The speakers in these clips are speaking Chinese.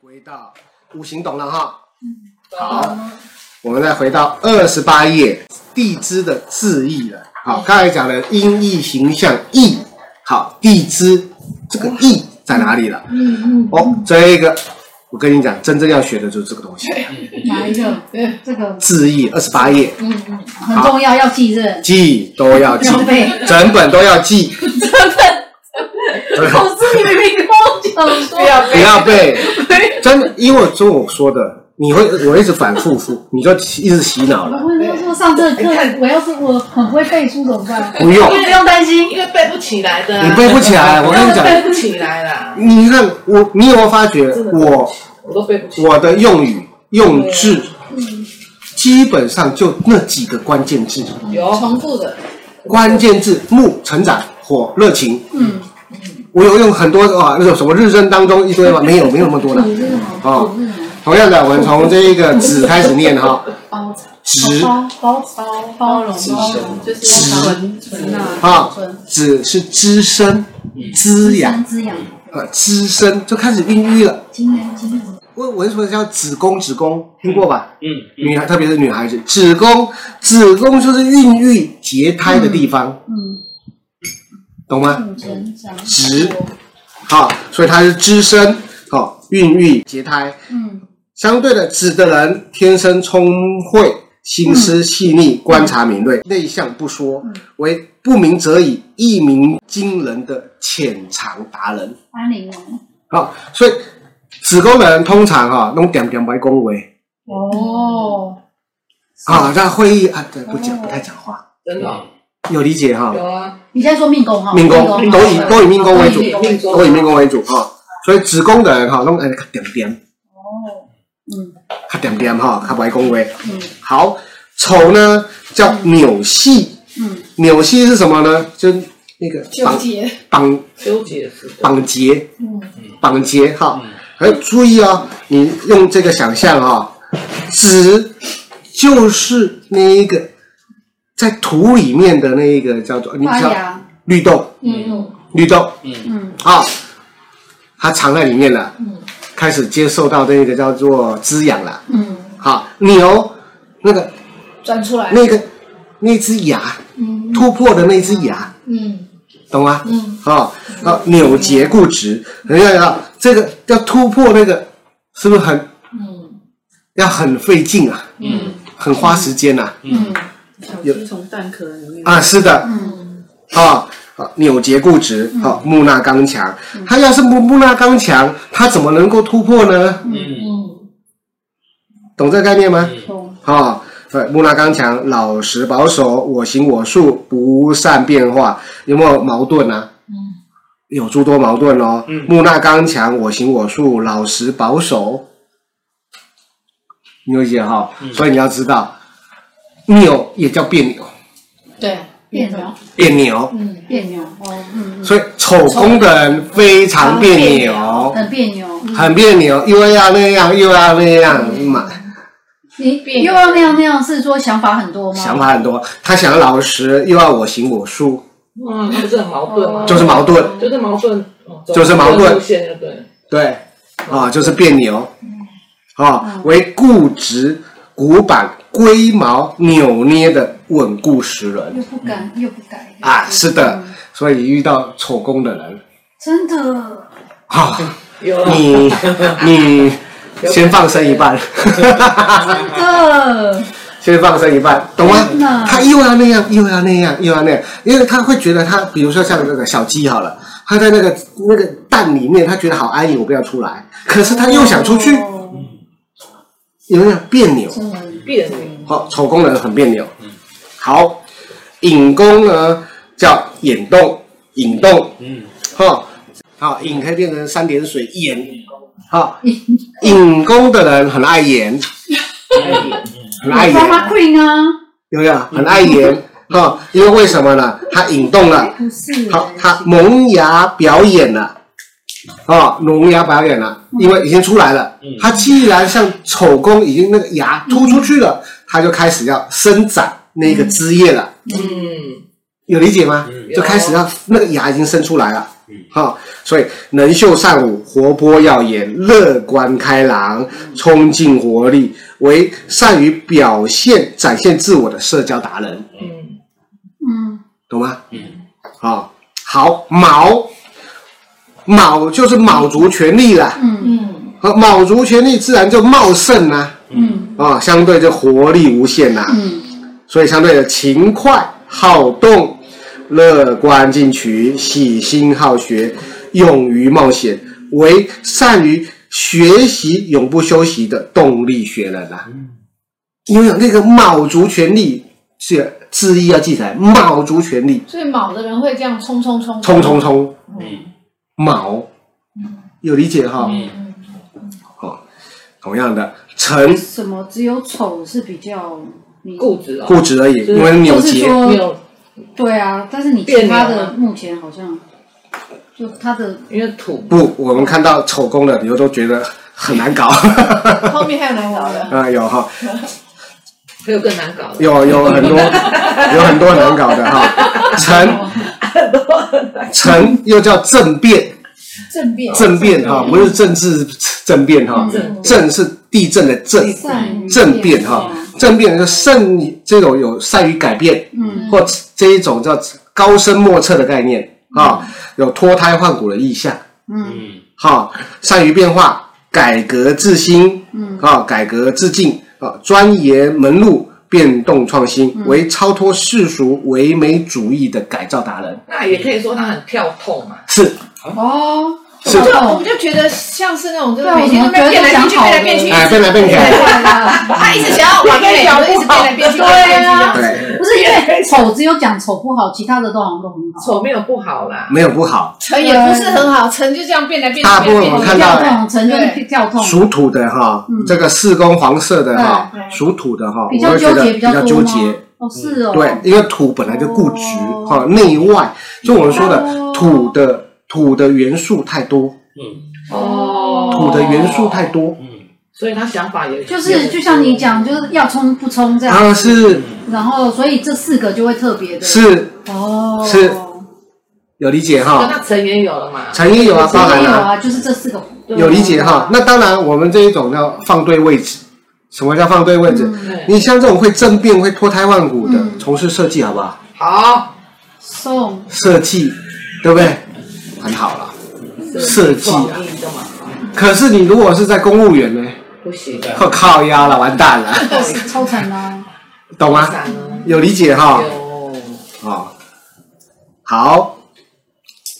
回到五行懂了哈，嗯好，我们再回到二十八页地支的字义了。好，刚才讲的音义形象义，好，地支这个义在哪里了？嗯哦，这个我跟你讲，真正要学的就是这个东西，嗯，哪一个？对，这个字义二十八页，嗯嗯很重要，要记认，记都要记，要背。整本都要记，整本。老师，你明明跟我讲说，要不要背，真的，因为我说我说的，你会我一直反复复，你就一直洗脑了。我问他说上这个课，我要是我很会背书怎么办？不用，不用担心，因为背不起来的、啊，你背不起来。我跟你讲，背不起来啦，你看我，你有没有发觉我我都背不起来。我的用语用字，基本上就那几个关键字，有重复的，关键字木成长火热情。嗯，我有用很多啊，那种什么日升当中一堆吗？ 没有，没有那么多的。你这个好，哦我是什么？同样的，我们从这一个子开始念哈，包哦子包包包包容包容，就是纯纯啊，啊纯，子嗯是滋生、滋养、滋养，呃，滋生就开始孕育了。经验经验，文文说叫子宫，子宫听过吧？嗯，女孩，特别是女孩子，子宫，子宫就是孕育结胎的地方，嗯，懂吗？母成长，直好，所以它是滋生，好、孕育结胎。嗯相对的，子的人天生聪慧，心嗯思细腻，观察敏锐，内向不说，为不鸣则已，一鸣惊人的潜藏达人。安陵容，好、所以子宫的人通常哈、弄点点白恭维哦，啊，在会议啊，对，不讲不太讲话，真的哦有理解哈、有啊，你现在说命宫哈，命宫都以都以命宫为主都以命宫为主都以命宫为主哈、所以子宫的人哈，弄哎较点点，哦，嗯较点点哈，较白恭维。嗯好，丑呢叫扭细，嗯，扭细是什么呢？就那个纠绑结，绑纠结是的。绑结嗯绑结哈。还有注意哦，你用这个想象哈、子就是那一个在土里面的那一个叫做你发知道芽，绿豆，嗯嗯绿豆嗯啊、它藏在里面了，嗯开始接受到这个叫做滋养了。嗯，好，牛那个转出来，那个那只牙嗯突破的那只牙，嗯懂吗？嗯啊啊，扭结固执，人家要这个要突破那个，是不是很嗯要很费劲啊？嗯很花时间呐、嗯小鸡从蛋壳里面啊。是的，嗯啊、啊，扭结固执，啊，木讷刚强。他要是不木讷刚强，他怎么能够突破呢？嗯嗯，懂这个概念吗？懂，啊、呃，木讷刚强，老实保守，我行我素，不善变化，有没有矛盾啊？嗯有诸多矛盾哦。嗯木讷刚强，我行我素，老实保守，你有解哈、所以你要知道，扭也叫别扭，对，别扭，别扭。嗯别扭，哦嗯所以丑工的人非常别嗯，扭，很别扭，很别扭，又要那样，又要那样，嗯嘛，你又要那样那样，是说想法很多吗？想法很多。他想要老实，又要我行我素，哇，那不是很矛盾吗？就是矛盾，就是矛盾，哦就是矛盾出现就对了。对，啊，就是别扭，啊，为固执、古板、龟毛、扭捏的稳固实人又不敢又不改啊，是的。所以遇到丑工的人，真的，啊，有啊，你你先放生一半。 真的，先放生一半，懂天哪吗？他又要那样，又要那样，又要那样，因为他会觉得他，比如说像那个小鸡好了，他在那个那个蛋里面，他觉得好安逸，我不要出来，可是他又想出去，哦嗯有点别扭。真的，别扭，好、丑工人很别扭。好，引宫呢叫眼动，引动，嗯哈、好，引可以变成三点水眼，好、引宫的人很爱演，很 爱演， Drama Queen 啊，有没有？很爱演哈、因为为什么呢？他引动了，不是，好，欸他萌芽表演了，哦，萌芽表演了，因为已经出来了。他既然像丑公已经那个芽突出去了，他就开始要生长那个枝叶了，嗯，有理解吗？嗯就开始要那个芽已经生出来了，哈，所以能秀善舞，活泼耀眼，乐观开朗，冲劲活力，为善于表现、展现自我的社交达人，嗯，嗯，懂吗？嗯，好，好，卯，卯就是卯足全力啦，嗯，嗯和卯足全力，自然就茂盛啦、嗯，啊，相对就活力无限呐、嗯，所以相对的勤快、好动、乐观进取、喜新好学、勇于冒险，为善于学习、永不休息的动力学人啊。拥有那个卯足全力，是字义要记起来，卯足全力，所以卯的人会这样冲冲冲冲冲冲，嗯卯，有理解哈？嗯哦，同样的，成什么只有丑是比较你固执啊，固执而已，就是因为扭就是结。没说有，对啊，但是你别其扭他啊的目前好像就他的因为土不，我们看到丑工的，你都觉得很难搞。 后面还有难搞的， 啊，有哈，还有更难搞的，有有 很多，有很多难搞的哈。成成又叫政变，政变嗯政变哈，不是政治政变哈，嗯政是地震的震，善于嗯政变哈，嗯政变就善于这种有善于改变，嗯或这一种叫高深莫测的概念啊，有脱胎换骨的意象嗯嗯哈，善于变化，改革自新，嗯啊，改革自进啊，钻研门路，变动创新，嗯为超脱世俗唯美主义的改造达人。那也可以说他很跳痛啊嘛，是，哦，是就我们就觉得像是那种就是对每天都在变来变去，变来变去，哎，变来变去，他一直想要往那角一直变来变去，对啊，对，不是因为丑只有讲丑不好，其他的都好像都很好。丑没有不好啦，没有不好。成也不是很好，成就这样变来变去，大部分我看到嗯跳痛，成就是跳痛，属土的哈，这个四宫黄色的哈对，对属土的哈，嗯比我较会觉纠得结比较较多纠吗结。？哦，是哦，对，，因为土本来就固执哦哈，内外，就我们说的哦土的土的元素太多，嗯哦土的元素太，多嗯所以他想法也就是就像你，讲，就是要冲不冲这样，啊，是然后所以这四个就会特别的是哦，是有理解那哈，他成也有了嘛，啊成也有啊，当然也有啦、啊，就是这四个对有理解哈嗯。那当然，我们这一种要放对位置。什么叫放对位置？对你像这种会政变、会脱胎换骨的，嗯从事设计好不好？好，送设计，对不对？很好了。设计啊创意的嘛，可是你如果是在公务员呢？ 不行，靠靠腰了，完蛋了，超惨啊，懂吗？散啊有理解哈？有啊、好，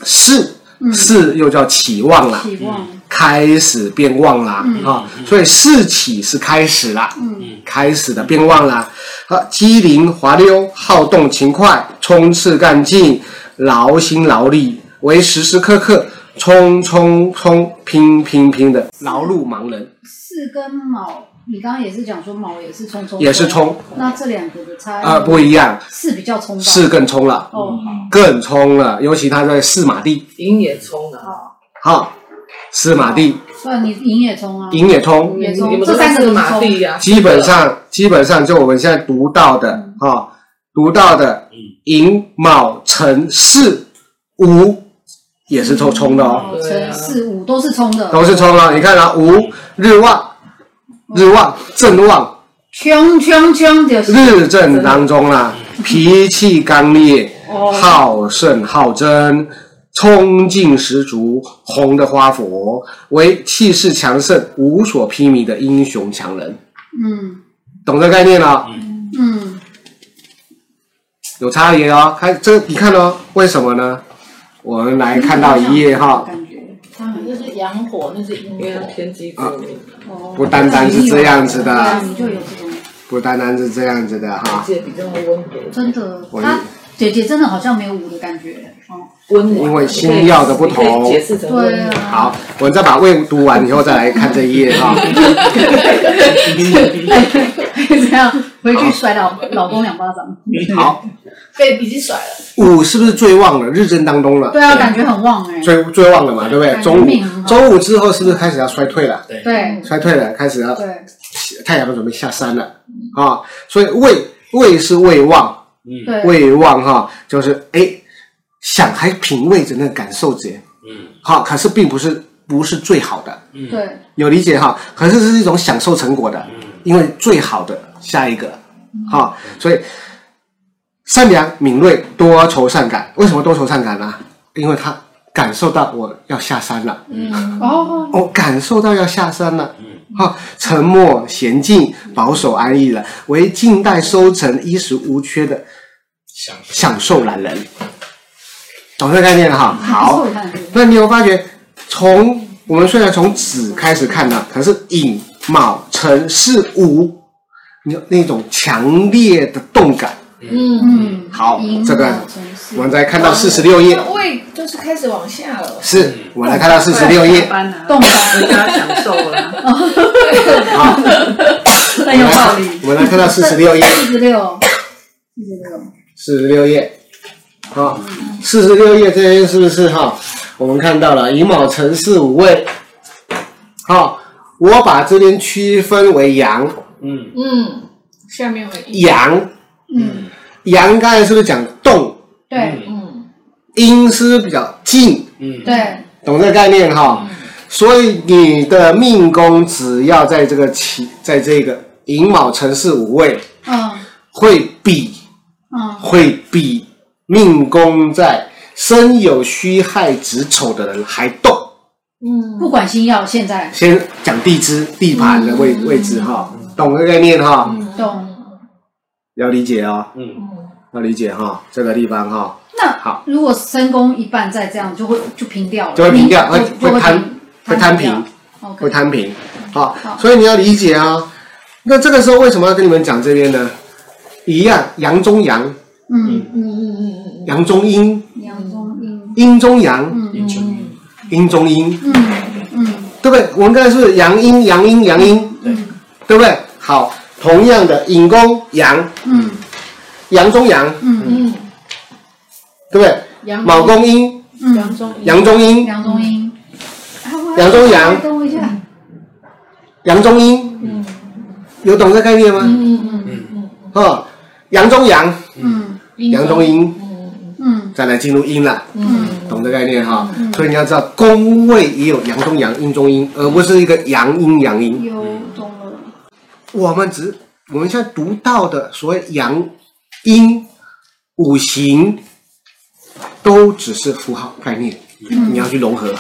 是嗯是又叫起望啦，希望开始变旺啦，啊、嗯所以是起是开始啦，嗯开始的变旺啦，啊，机灵滑溜，好动勤快，冲刺干劲，劳心劳力，为时时刻刻冲冲冲，拼拼拼的劳碌忙人，四跟卯，你刚刚也是讲说卯也是冲冲，也是，冲，那这两个的差啊，不一样，是比较冲吧？是更冲了，哦，更冲了，尤其他在四马地，赢也冲了，哈、四马地不然你赢也冲啊，赢也冲，也冲你们这都三在个四都马冲地呀，基本上基本上就我们现在读到的啊、哈读到的嗯寅卯辰巳午也是冲冲的哦，哦，对啊乘四五都是冲的，都是冲了。你看啊，午日旺，日旺正旺，冲冲冲就是日正当中啦、脾气刚烈，哦好胜好争。冲劲十足，红的花佛为气势强盛、无所披靡的英雄强人，嗯懂这概念了、哦嗯有差别哦。看这，你看哦，为什么呢？我们来看到一页哈，感觉他们就是阳火，那是阴因为他天机啊之明，哦不单单是这样子的对啊，你就有这种不单单是这样子的而哈。且比较温和，真的，我她姐姐真的好像没有舞的感觉，哦，温暖，因为星耀的不同你可以解释成温对暖。啊， 好，我们再把未读完以后再来看这一页哈。这样回去甩老老公两巴掌，好，被已经甩了，午是不是最旺了？日正当中了，对啊，感觉很旺哎，最最旺了嘛，对不对？对中命很午好中午之后是不是开始要衰退了？对对衰退了，开始要对，太阳准备下山了啊。所以未未是未旺，嗯对未旺哈，就是哎，想还品味着那个感受觉，嗯好，可是并不是不是最好的，嗯，对，有理解哈？可是是一种享受成果的，嗯，因为最好的下一个，哈，所以善良、敏锐、多愁善感。为什么多愁善感呢？因为他感受到我要下山了，嗯，哦，我感受到要下山了嗯，哈，沉默、娴静、保守、安逸了，为近代收成衣食无缺的享受享受懒人，懂这个概念了哈？好，受难人那你有发觉，从我们虽然从子开始看呢，可是寅卯辰巳午，你有那种强烈的动感。嗯，好赢，这个了真是我们再看到四十六页，胃就是开始往下了，是我们来看到四十六页。动人感家享受啊了，好，很有道理。我们来看到四十六页，四十六，四十六，四十六页。好，四十六页这边是不是哈？我们看到了寅卯辰巳午未。好，我把这边区分为阳，嗯嗯，下面为一，阳，嗯，阳刚才是不是讲动？对嗯，阴是不是比较静？嗯，对，懂这个概念哈？所以你的命宫只要在这个起，在这个寅卯辰巳午未，嗯会比嗯会比命宫在身有虚亥子丑的人还动。不管星耀现在先讲地支地盘的位位置哈，懂这个概念哈？动。要理解哦，嗯，要理解哈，这个地方哈那好如果深宫一半再这样，就会就平掉了，就会平掉会就就会摊会摊掉平。 OK，会摊平。好好，所以你要理解啊、那这个时候为什么要跟你们讲这边呢？一样，阳中阳，嗯，嗯嗯嗯嗯阳中阴，阳中阴，阴中阳，嗯英雄，阴中阴，嗯嗯对不对？我们刚才是阳阴，阳阴，阳阴，嗯对不对？好，同样的，引宫阳，嗯阳中阳，嗯嗯，对不对？阳卯宫阴，嗯，中阳中阴，阳中阴，阳中阳等我一下，阳中阴，嗯有懂这概念吗？嗯嗯哦，阳中阳，嗯阳中阴，嗯嗯再来进入阴了。嗯懂这概念哈、嗯所以你要知道，宫位也有阳中阳、阴中阴，而不是一个阳阴阳阴。嗯有懂了，我们只我们现在读到的所谓阳、阴、五行，都只是符号概念，嗯你要去融合。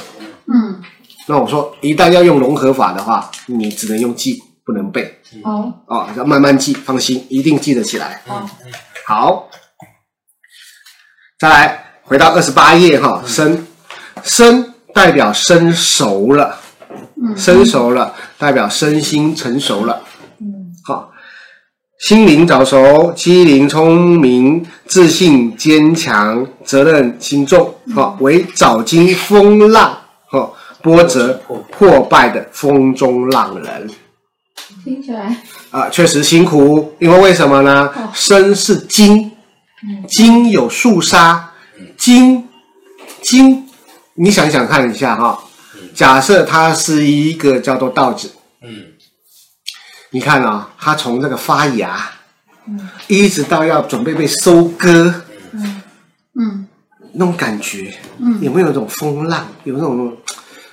嗯那我说，一旦要用融合法的话，你只能用记，不能背好哦，要慢慢记，放心，一定记得起来。好好，再来回到二十八页哈，生生代表生熟了，嗯生熟了代表身心成熟了，嗯，好，心灵早熟，机灵聪明，自信坚强，责任心重，哈，为早经风浪，哈，波折破败的风中浪人。听起来啊，确实辛苦，因为为什么呢哦？嗯生是金，金有肃杀，金金，你想想看一下哈、假设它是一个叫做稻子，嗯你看啊、它从这个发芽，一直到要准备被收割，嗯那种感觉，嗯有没有一种风浪，有那种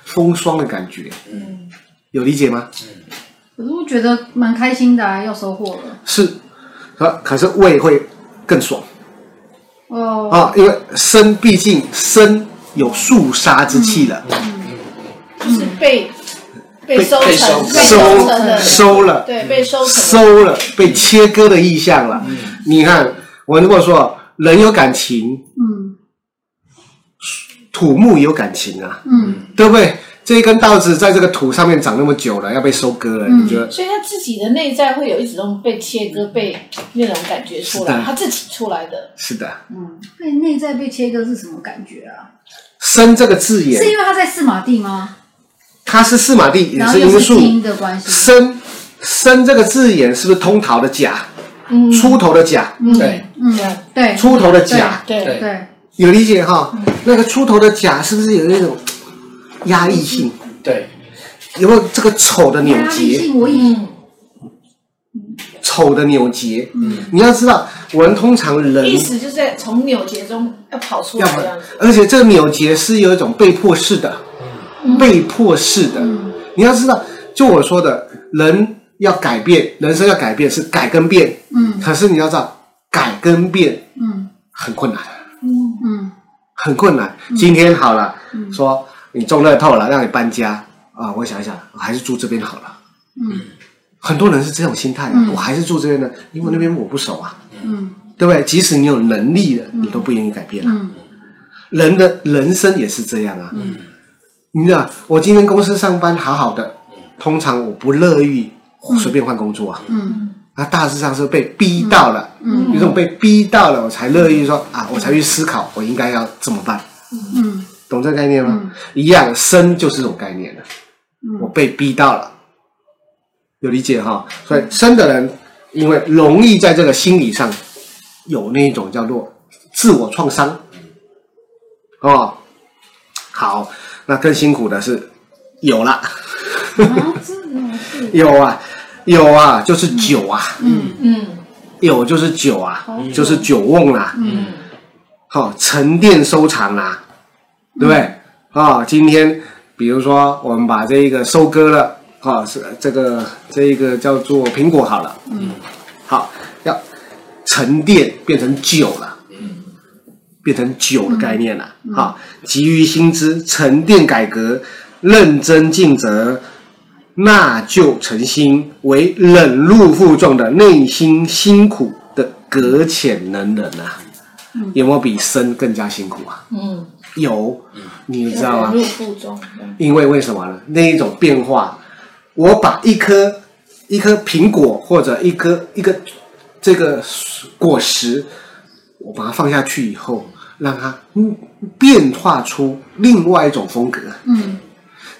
风霜的感觉？嗯有理解吗？可是我觉得蛮开心的啊，要收获了是，可可是胃会更爽。哦，啊，因为身毕竟身有肃杀之气了，就是被被收成，收成的，收了，对，被收成，收了，被切割的意象了。你看，我如果说人有感情，嗯土木有感情啊，嗯对不对？这一根稻子在这个土上面长那么久了，要被收割了，嗯你觉得？所以他自己的内在会有一种被切割、被那种感觉出是来，的他自己出来的，是的，嗯，被内在被切割是什么感觉啊？生这个字是眼，因为他在四马地吗？它是四马地，也然后是又因是素。金的关系，生生这个字眼是不是通桃的甲，嗯出头的甲，嗯对嗯对出头的甲？对，对有理解哈？那个出头的甲是不是有那种压抑性？对，有没有这个丑的扭压力结？性我以嗯丑口的扭结。嗯，你要知道，我们通常人意思就是在从扭结中要跑出要来不这样子。而且这个扭结是有一种被迫式的，嗯被迫式的。你要知道，就我说的，人要改变，人生要改变是改跟变，嗯可是你要知道，改跟变嗯很困难，嗯很困难。今天好了，说你中乐透了，让你搬家啊，我想一想，我还是住这边好了。嗯很多人是这种心态、啊，嗯我还是住这边的，因为那边我不熟啊，嗯对不对？即使你有能力了，你都不愿意改变啊。嗯人的人生也是这样啊。你知道，我今天公司上班好好的，通常我不乐意随便换工作啊。嗯那大致上是被逼到了，嗯有种被逼到了，我才乐意说啊，我才去思考我应该要怎么办，嗯懂这个概念吗？嗯一样，生就是这种概念的，我嗯被逼到了，有理解哈？所以生的人，因为容易在这个心理上有那种叫做自我创伤，哦，好，那更辛苦的是有了，啊，这种是 有啊，有啊，就是酒啊，嗯嗯有就是酒啊，嗯就是酒瓮啦、嗯好、沉淀收藏啦，对不对？嗯啊、今天比如说我们把这一个收割了，啊、是这个这一个叫做苹果好了，嗯，好，要沉淀变成酒了，嗯，变成酒的概念了，好、急于薪资，沉淀改革，认真尽责。纳就诚心，为忍辱负重的内心辛苦的革浅能人啊！有没有比生更加辛苦啊？嗯，有，你知道吗忍？辱负重。因为为什么呢？那一种变化，我把一颗一颗苹果或者一颗一个这个果实，我把它放下去以后，让它嗯变化出另外一种风格。嗯，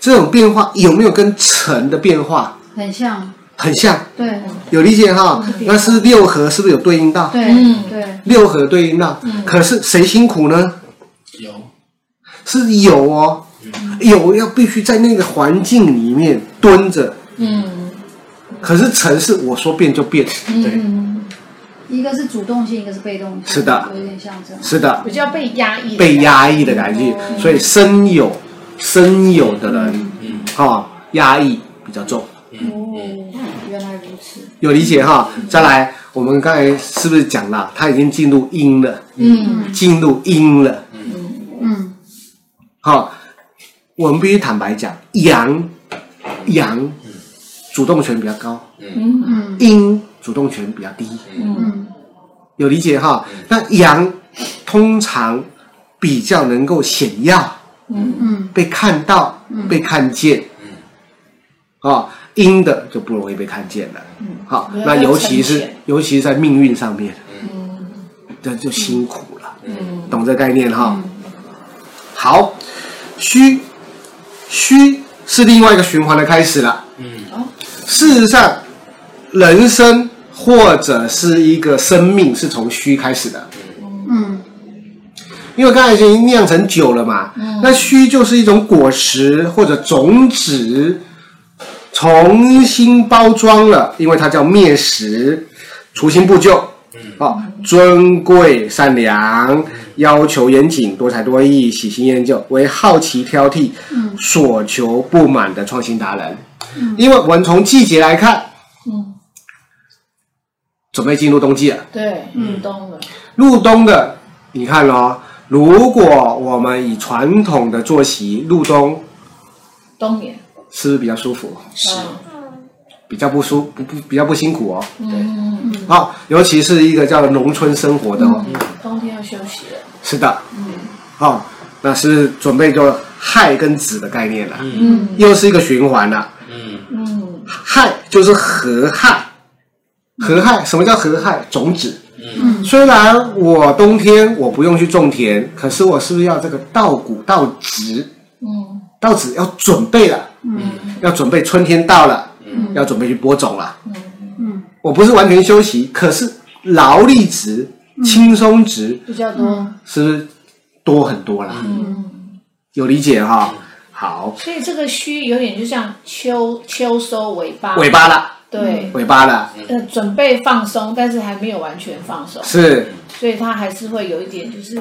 这种变化有没有跟尘的变化很像，很像？对有理解哈？那是六合是不是有对应到？对嗯对，六合对应到，可是谁辛苦呢？有是有哦，有要必须在那个环境里面蹲着。嗯可是城市我说变就变，嗯，一个是主动性，一个是被动性，是的有点像这样，是的，比较被压抑。被。压抑的感觉，所以身有身有的人，嗯哈、压抑比较重，哦，原来如此。有理解哈、再来，我们刚才是不是讲了，他已经进入阴了，嗯进入阴了，嗯哈、我们必须坦白讲，阳阳主动权比较高，嗯嗯阴主动权比较低。嗯有理解哈。那羊通常比较能够显耀，嗯被看到，被看见。哦，阴的就不容易被看见了。好，那尤其比较是沉尤其是在命运上面，这就辛苦了。懂这概念哈？好，虚虚是另外一个循环的开始了。嗯事实上，人生或者是一个生命是从虚开始的。嗯因为刚才已经酿成酒了嘛，那须就是一种果实或者种子，重新包装了，因为它叫灭食，除新布旧。哦，尊贵、善良，要求严谨、多才多艺、喜新厌旧，为好奇、挑剔、嗯所求不满的创新达人。因为我们从季节来看，嗯，准备进入冬季了。对，嗯，懂了。入冬的，你看咯，如果我们以传统的作息入冬，冬眠。啊是不是比较舒服？是比较不舒不不比较不辛苦哦。嗯，好、尤其是一个叫农村生活的哦。冬天要休息了。是的，嗯，好、那是准备就亥跟子的概念了，嗯又是一个循环了。嗯嗯亥就是合亥，合亥什么叫合亥？种子。嗯虽然我冬天我不用去种田，可是我是不是要这个稻谷稻植？嗯稻子要准备了，嗯要准备春天到了，嗯要准备去播种了。嗯我不是完全休息，可是劳力值、嗯轻松值比较多。是不是多很多啦？嗯，有理解嗯哈？好，所以这个虚有点就像秋秋收尾巴。尾巴了，对，尾巴了，嗯呃，准备放松，但是还没有完全放松，是，所以他还是会有一点就是，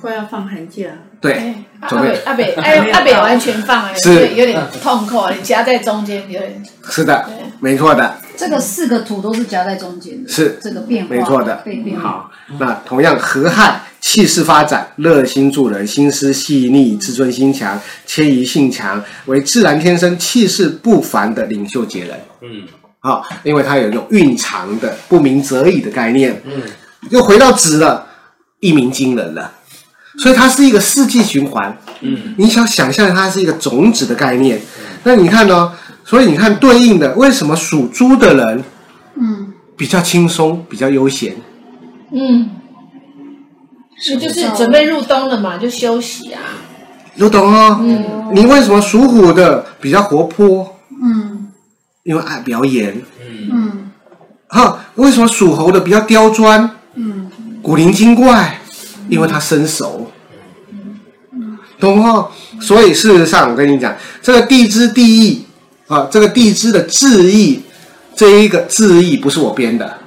快要放寒假，对，哎，阿准备北阿北 哎阿北完全放哎，是对，有点痛苦，啊你夹在中间有点，是的，没错的。这个四个土都是夹在中间的，是这个变化，没错的被变化。好，那同样和汉气势发展，热心助人，心思细腻，自尊心强，迁移性强，为自然天生气势不凡的领袖杰人。嗯啊、因为他有一种蕴藏的不鸣则已的概念，嗯，又回到直了，一鸣惊人了。所以它是一个世纪循环。嗯，你想想象它是一个种子的概念，那你看呢、哦所以你看对应的，为什么属猪的人嗯，比较轻松，比较悠闲？嗯，你就是准备入冬了嘛，就休息啊，有懂哦。你为什么属虎的比较活泼？嗯因为爱表演。嗯嗯哈，为什么属猴的比较刁钻、嗯，古灵精怪？因为他生熟。懂哦。所以事实上，我跟你讲，这个地支地义啊，这个地支的字义，啊这一个字义不是我编的，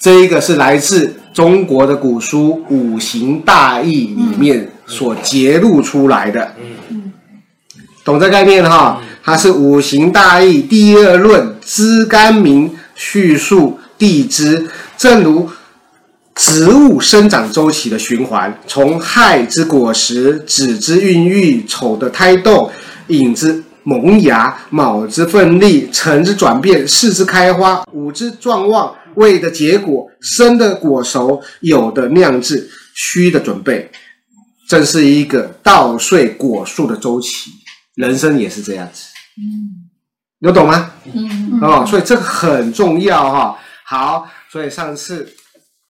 这一个是来自中国的古书《五行大义》里面所揭露出来的。嗯懂这概念哈？它是五行大义第二论枝干名叙述地支，正如植物生长周期的循环，从亥之果实、子之孕育、丑的胎动、寅之萌芽、卯之奋力、辰之转变、巳之开花、午之壮旺、未的结果、生的果熟、酉的酿制、戌的准备，正是一个稻穗果树的周期。人生也是这样子，嗯，有懂吗？嗯。哦，所以这个很重要哈、好，所以上次